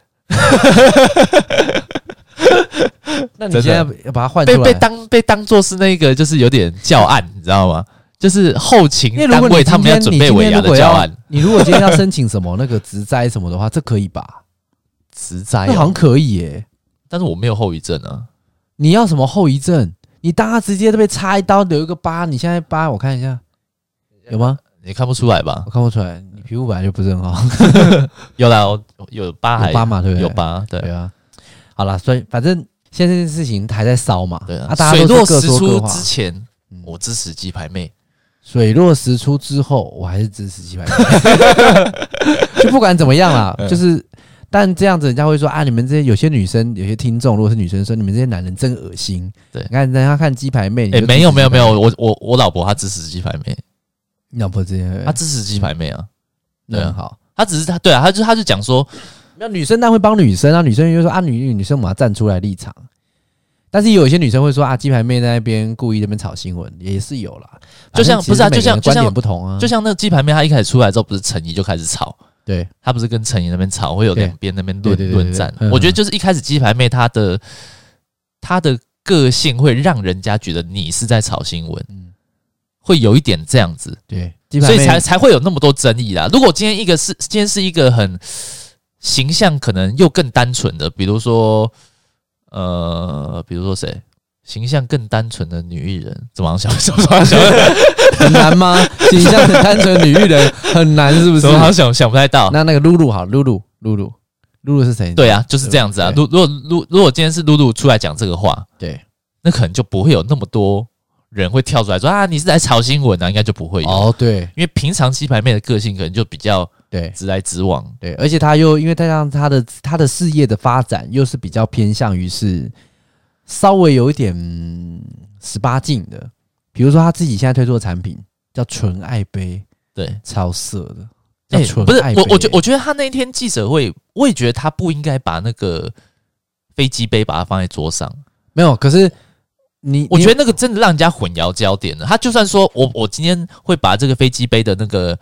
那你
真
现
的
在要把它换出
被
来，
被当被当做是那个就是有点教案，你知道吗？就是后勤
因为如
单
果
位
你
他
今
们
天
要准
你
备
今
尾
天
牙
如
的
果
教
要
案，
你如果今天要申请什么那个职灾什么的话，这可以吧？
实在
这好像可以耶、
但是我没有后遗症啊。
你要什么后遗症？你当他直接被插一刀留一个疤，你现在疤我看一下有吗？
你看不出来吧
我？看不出来，你皮肤本来就不是 很好，
有啦，我有疤还
有疤嘛，对不对？
哎有疤，对
对啊。好啦，所以反正现在这件事情还在烧嘛，
对
啊，大家
水
都
落
是各
石
说各
出
话
之。前，
嗯
我支持鸡排妹。
水落石出之后，我还是支持鸡排 妹就不管怎么样啦，
哎
就是。但这样子，人家会说啊，你们这些有些女生，有些听众，如果是女生说你们这些男人真恶心。
对
你看人家看鸡排妹，
哎、
哎、
没有没有没有，，我我我老婆她支持鸡排妹，
你老婆之前
她支持鸡排妹啊，
那很好，
她只是她对啊，她就她就讲说，
那女生当然会帮女生啊，女生就说啊，女女生我们要站出来立场。但是也有一些女生会说啊，鸡排妹在那边故意这边炒新闻，也是有啦。
就像
反正其实
不是啊
每个
就
人
像
观
就
点
像
不同啊，
就像那个鸡排妹，她一开始出来之后，不是陈怡就开始吵，
对
她不是跟陈怡那边吵，会有
对
两边那边
对对
论
对
论
对
战
嗯。
我觉得
嗯
就是一开始鸡排妹她的她的个性会让人家觉得你是在炒新闻，
嗯
会有一点这样子，
对，鸡排
所
妹
以才才会有那么多争议啦。如果今天一个是今天是一个很形象可能又更单纯的，比如说呃，比如说谁形象更单纯的女艺人，怎么好像想 怎么好像想
很难吗？形象很单纯，女艺人很难是不是
怎？ 么好像想想不太到？
那那个露露好，露露露露露露是谁？
对啊，就是这样子啊。
对
如如果如如果今天是露露出来讲这个话，
对，
那可能就不会有那么多人会跳出来说啊，你是来炒新闻啊，应该就不会有。
哦对
因为平常鸡排妹的个性可能就比较
对
直来直往，
对，而且她又因为再加上她的她的事业的发展，又是比较偏向于是稍微有一点十八禁的，比如说她自己现在推出的产品叫纯爱杯，
对，
超色的，叫
哎，
纯
不是
爱杯、欸
我，我觉我觉得他那天记者会，我也觉得他不应该把那个飞机杯把它放在桌上。
没有，可是你
我
你
觉得那个真的让人家混淆焦点了。他就算说我我今天会把这个飞机杯的那个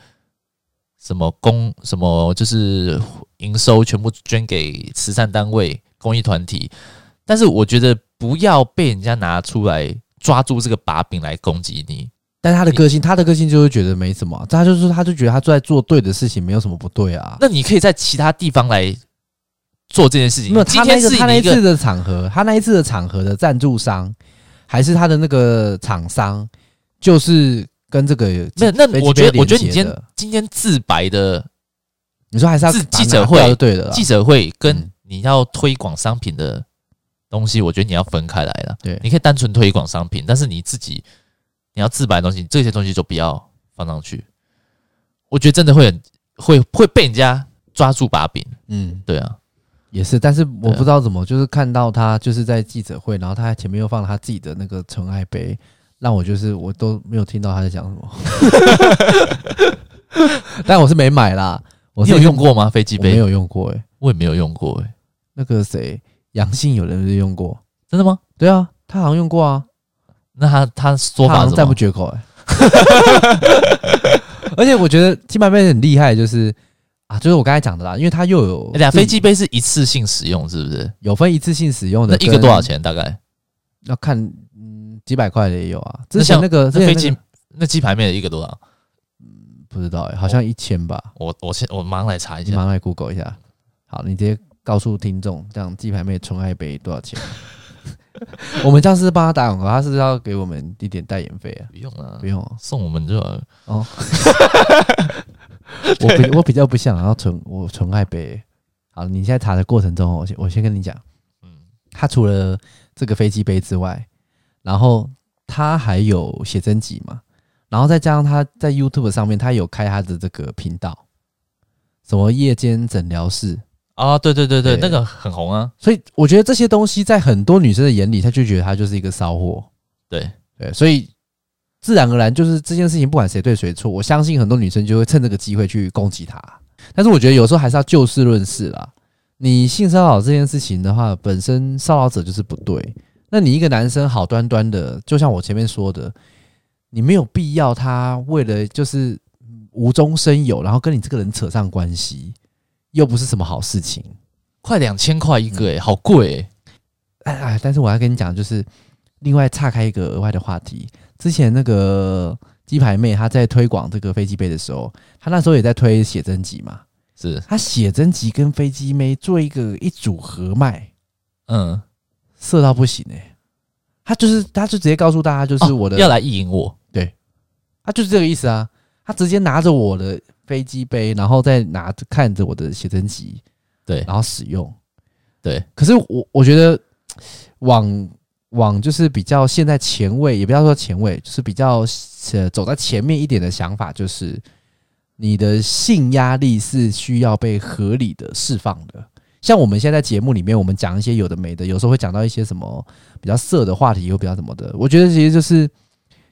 什么公什么就是营收全部捐给慈善单位、公益团体，但是我觉得不要被人家拿出来抓住这个把柄来攻击你。
但是他的个性，他的个性就会觉得没什么，啊他就是他就觉得他在做对的事情，没有什么不对啊。
那你可以在其他地方来做这件事情。
没有
今
他
天
那个
是
他那
你一
一
个
次的场合，他那一次的场合的赞助商还是他的那个厂商，就是跟这个
那那
飞机
我觉得，
杯
我觉得你今
连接
天
的
今天自白的
你说还是要
自
把它
记者
拿
会
掉就对了啦，
记者会，跟
嗯
你要推广商品的东西，我觉得你要分开来了。
对
你可以单纯推广商品，但是你自己你要自白的东西，这些东西就不要放上去。我觉得真的会很会会被人家抓住把柄。
嗯
对啊，
也是，但是我
对啊
不知道怎么，就是看到他就是在记者会，然后他前面又放了他自己的那个纯爱杯，让我就是我都没有听到他在讲什么。 但我是没买啦，我
你
是
有用，过吗？飞机
我没
杯
有用过哎、
我也没有用过、欸，
那个谁，杨信有人是用过，
真的吗？
对啊，他好像用过啊，
那他他说
他
法
好
是
像
什
赞不
么？
绝口哎、 而且我觉得金牌妹很厉害，就是啊，就是我刚才讲的啦，因为它又有
哎等下飞机杯是一次性使用，是不是？
有分一次性使用
那
的，
一个多少？钱？大概？
要看嗯几百块的也有啊。
那
之前
像
那个
那
之
飞
前那
机
个
那鸡排面的一个多少？
不知道哎、好像一千吧。
我我先我马上来查哦一
你
下
马。上来 Google 一下。好，你直接告诉听众，这样鸡排妹纯爱杯多少 钱？我们这样是帮他打广告，他是不是要给我们一点代言费啊？
不用了
不，用哦，
送我们就好了
哦我比我比较不想要纯我纯爱杯。好，你现在查的过程中哦，我先我先跟你讲，
嗯
他除了这个飞机杯之外，然后他还有写真集嘛，然后再加上他在 YouTube 上面，他有开他的这个频道，什么夜间诊疗室，
啊，对对对对，
对
那个很红啊，
所以我觉得这些东西在很多女生的眼里，她就觉得她就是一个骚货，
对
对，所以自然而然就是这件事情，不管谁对谁错，我相信很多女生就会趁这个机会去攻击她。但是我觉得有时候还是要就事论事啦。你性骚扰这件事情的话，本身骚扰者就是不对。那你一个男生好端端的，就像我前面说的，你没有必要他为了就是嗯无中生有，然后跟你这个人扯上关系，又不是什么好事情。
快两千块一个哎、好贵哎、
哎哎，但是我要跟你讲，就是另外岔开一个额外的话题。之前那个鸡排妹她在推广这个飞机杯的时候，她那时候也在推写真集嘛。
是
她写真集跟飞机妹做一个一组合卖，
嗯，
色到不行哎、她就是，她就直接告诉大家，就是
哦
我的，
要来意淫我，
她就是这个意思啊。她直接拿着我的飞机杯，然后再拿着看着我的写真集，
对
然后使用。
对，
可是我我觉得往往就是比较现在前卫，也不要说前卫，就是比较呃走在前面一点的想法，就是你的性压力是需要被合理的释放的。像我们现在在节目里面，我们讲一些有的没的，有时候会讲到一些什么比较色的话题，又比较什么的。我觉得其实就是，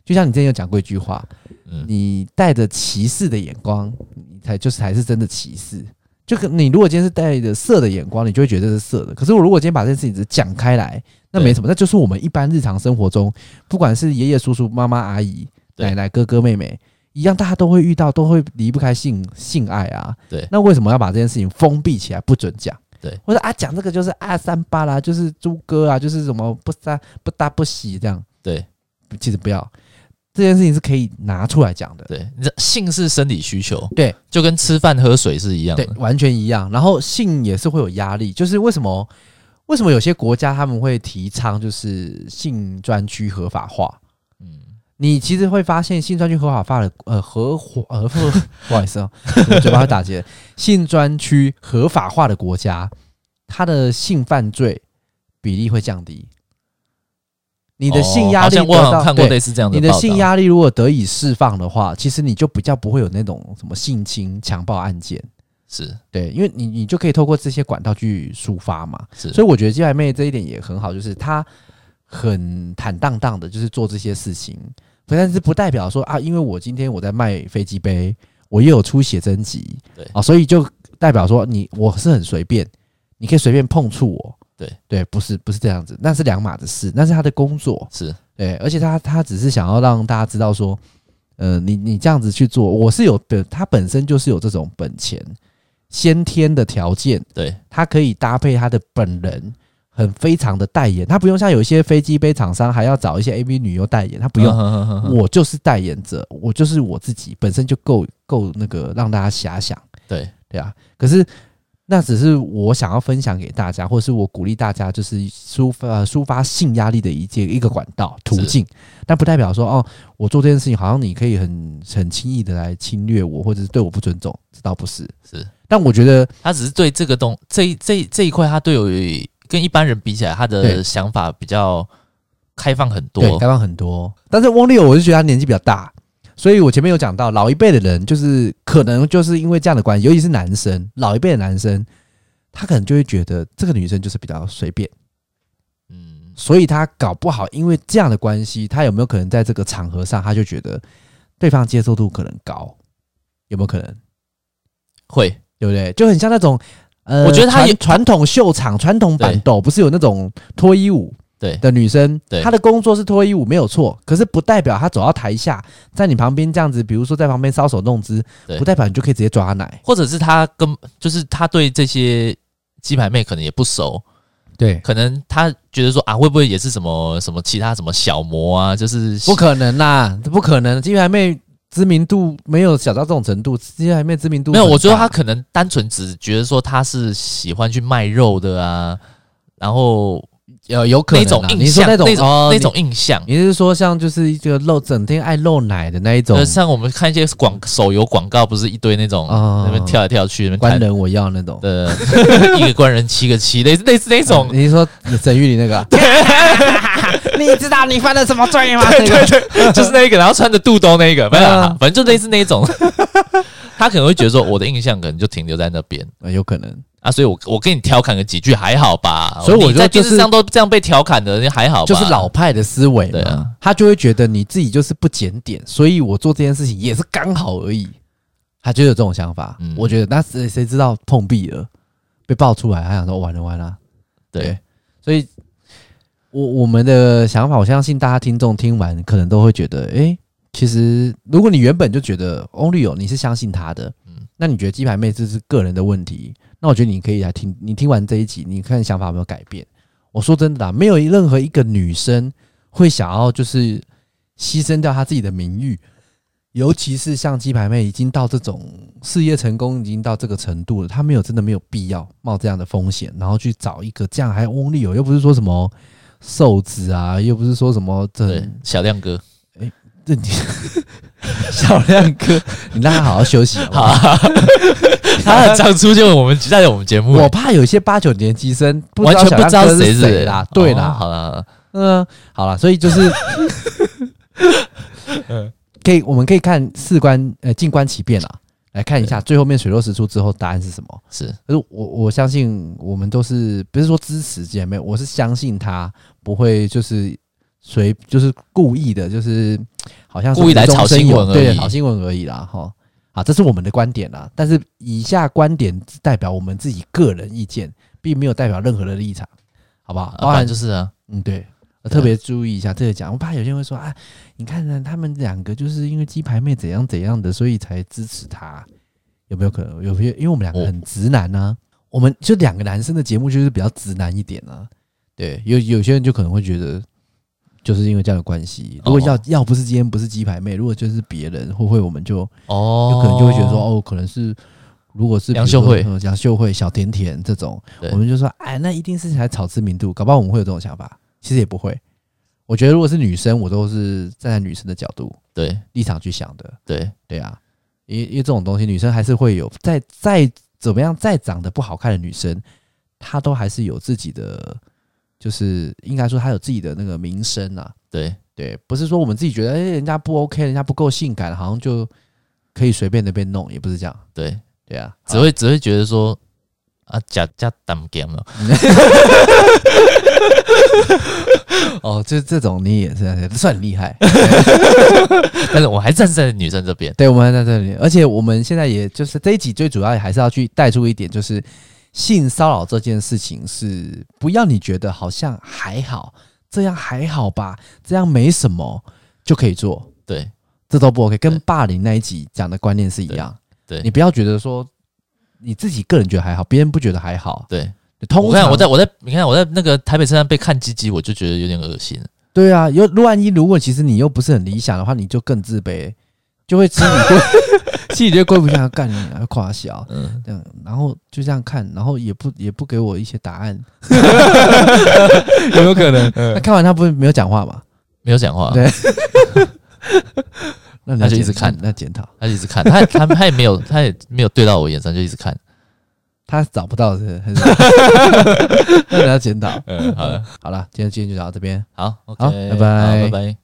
就像你之前有讲过一句话，
嗯，
你带着歧视的眼光，你才就是才是真的歧视。就跟你如果今天是带着色的眼光，你就会觉得这是色的。可是我如果今天把这件事情只讲开来，那
对
没什么，那就是我们一般日常生活中，不管是爷爷、叔叔、妈妈、阿姨、
对
奶奶、哥哥、妹妹，一样，大家都会遇到，都会离不开性性爱啊。
对
那为什么要把这件事情封闭起来，不准讲？
对，
或者啊，讲这个就是啊三八啦，就是猪哥啊，就是什么不三不搭不喜这样。
对
其实不要，这件事情是可以拿出来讲的。
对，你知道性是生理需求，
对，
就跟吃饭喝水是一样
对
的，，
完全一样。然后性也是会有压力，就是为什么为什么有些国家他们会提倡就是性专区合法化？
嗯，
你其实会发现性专区合法化的呃合伙呃不不好意 思哦，我嘴巴会打结。性专区合法化的国家，它的性犯罪比例会降低。你的性
哦
压力
好像我
得
好
到
像看过
对
类似这样的
你
报
的
道，
性压力如果得以释放的话，其实你就比较不会有那种什么性侵、强暴案件。
是
对，因为你你就可以透过这些管道去抒发嘛。
是，
所以我觉得鸡排妹这一点也很好，就是她很坦荡荡的，就是做这些事情。不但是不代表说啊，因为我今天我在卖飞机杯，我也有出写真集，
对
啊，所以就代表说你我是很随便，你可以随便碰触我。
对
对，不是不是这样子，那是两码子事，那是她的工作。
是
对，而且他他只是想要让大家知道说，呃，你你这样子去做，我是有本，他本身就是有这种本钱，先天的条件，
对
他可以搭配他的本人，很非常的代言，他不用像有一些飞机杯厂商还要找一些 AV 女优代言，他不用，
嗯哼哼哼
我就是代言者，我就是我自己，本身就够够那个让大家遐想，
对
对啊，可是。那只是我想要分享给大家，或是我鼓励大家，就是抒发、呃、抒发性压力的一件一个管道途径，但不代表说哦，我做这件事情好像你可以很很轻易的来侵略我，或者是对我不尊重，这倒不是。
是，
但我觉得
他只是对这个东这一这一这一块，他对有跟一般人比起来，他的
对
想法比较开放很
对
多
开，放很多，但是翁立友我就觉得他年纪比较大，所以我前面有讲到，老一辈的人就是可能就是因为这样的关系，尤其是男生，老一辈的男生，他可能就会觉得这个女生就是比较随便。
嗯，
所以他搞不好因为这样的关系，他有没有可能在这个场合上，他就觉得对方接受度可能高，有没有可能？
会，
对不对？就很像那种，呃，
我觉得他
传
也
传统秀场、传统板斗，不是有那种脱衣舞
对
的女生
对，
她的工作是脱衣舞没有错，可是不代表她走到台下，在你旁边这样子，比如说在旁边搔首弄姿
对，
不代表你就可以直接抓她奶。
或者是他跟就是他对这些鸡排妹可能也不熟，
对，
可能他觉得说啊，会不会也是什么什么其他什么小模啊，就是
不可能啦，这不可能，鸡排妹知名度没有小到这种程度，鸡排妹知名度
没有，我觉得
很
他
大
可能单纯只觉得说他是喜欢去卖肉的啊，然后
有有可能
那
啊
种印
你说
象，
那种
那种、
哦
那种印象。
你，你是说像就是一个露整天爱露奶的那一种
呃，像我们看一些广手游广告，不是一堆那种、
哦
那边跳来跳去，那边
官
弹
人我要那种？
的，呃一个官人七个七，类似类似那种，
你是说沈玉里那个 啊？ 你知道你犯了什么罪吗？这个
就是那个，然后穿着肚兜那个，没有啊
嗯，
反正就类似那种。 他可能会觉得说，我的印象可能就停留在那边
呃有可能，
啊，所以我我跟你调侃个几句还好吧？
所以我
你
就
在电
就
视
是
上都这样被调侃的，还好吧？
就是老派的思维
对啊
嘛，他就会觉得你自己就是不检点，所以我做这件事情也是刚好而已。他就有这种想法
嗯，
我觉得那谁谁知道碰壁了，被爆出来，他想说哦完了完了。
对
对，所以我我们的想法，我相信大家听众听完可能都会觉得，诶，其实如果你原本就觉得 Only 有你是相信他的，
嗯
那你觉得鸡排妹这是个人的问题，那我觉得你可以来听，你听完这一集，你看想法有没有改变？我说真的啦，没有任何一个女生会想要就是牺牲掉她自己的名誉。尤其是像鸡排妹已经到这种事业成功，已经到这个程度了，她没有真的没有必要冒这样的风险，然后去找一个这样还翁立友，又不是说什么瘦子啊，又不是说什么这
对，小亮哥，
这你 小亮哥，你让他好好休息好不好
好， 他很常出现我们在我们节目，
我怕有些八九年级生不
完全
小
不
亮
知道
哥
谁
是谁啦，对啦，
哦好啦，
嗯，好了，所以就是，
嗯
可以，我们可以看事关呃静观其变啦，来看一下最后面水落石出之后答案是什么。
是
可是我我相信我们都是不是说支持姐妹，我是相信她不会就是随就是故意的，就是好像是
故意来
无中
炒
生
新
有
闻而
对，
已
炒新闻而已啦，哈。啊，这是我们的观点啦，但是以下观点代表我们自己个人意见，并没有代表任何的立场，好不好？包
当
含
然就是啊，
嗯，对，
对
呃
啊
特别注意一下这个讲。我怕有些人会说啊，你看呢、他们两个就是因为鸡排妹怎样怎样的，所以才支持他，有没有可能？有些因为我们两个
我
很直男呢、我们就两个男生的节目就是比较直男一点啊。对，有有些人就可能会觉得，就是因为这样的关系，如果要、
哦
要不是今天不是鸡排妹，如果就是别人，会不会我们就
哦，
有可能就会觉得说，哦，可能是如果是
梁秀慧
比如说呃梁秀慧、小甜甜这种
对，
我们就说，哎，那一定是来炒知名度，搞不好我们会有这种想法。其实也不会，我觉得如果是女生，我都是站在女生的角度
对
立场去想的，
对，
对啊，因为因为这种东西，女生还是会有再再怎么样再长得不好看的女生，她都还是有自己的，就是应该说她有自己的那个名声啊，
对
对，不是说我们自己觉得，哎、人家不 OK，人家不够性感，好像就可以随便的被弄，也不是这样。
对，
对啊，
只会只会觉得说啊，假假胆 game 了，
哦，这这种你也是算很厉害。
但是我还站在女生这边，
对，我们还在这里，而且我们现在也就是这一集最主要还是要去带出一点，就是性骚扰这件事情是不要你觉得好像还好，这样还好吧，这样没什么就可以做，
对
这都不 OK，
对
跟霸凌那一集讲的观念是一样。
对对
你不要觉得说你自己个人觉得还好，别人不觉得还好。
对。
通
我
常
看我在我在你看我在那个台北车站被看鸡鸡，我就觉得有点恶心。
对啊，有万一如果其实你又不是很理想的话，你就更自卑，就会心里 就心里就过不下，干你啊，夸小
嗯，
这样，然后就这样看，然后也不也不给我一些答案， 有没有可能？那看完他不是没有讲话嘛？
没有讲话，
对那你要
他就一
检
直看
那检讨，
他就一直看，他他他也没有他也没有对到我眼神，就一直看。
他找不到是不是还是 那你要检讨。
嗯，好了，
好了，今天今天就聊到这边。
好，OK，
好拜拜
好拜拜。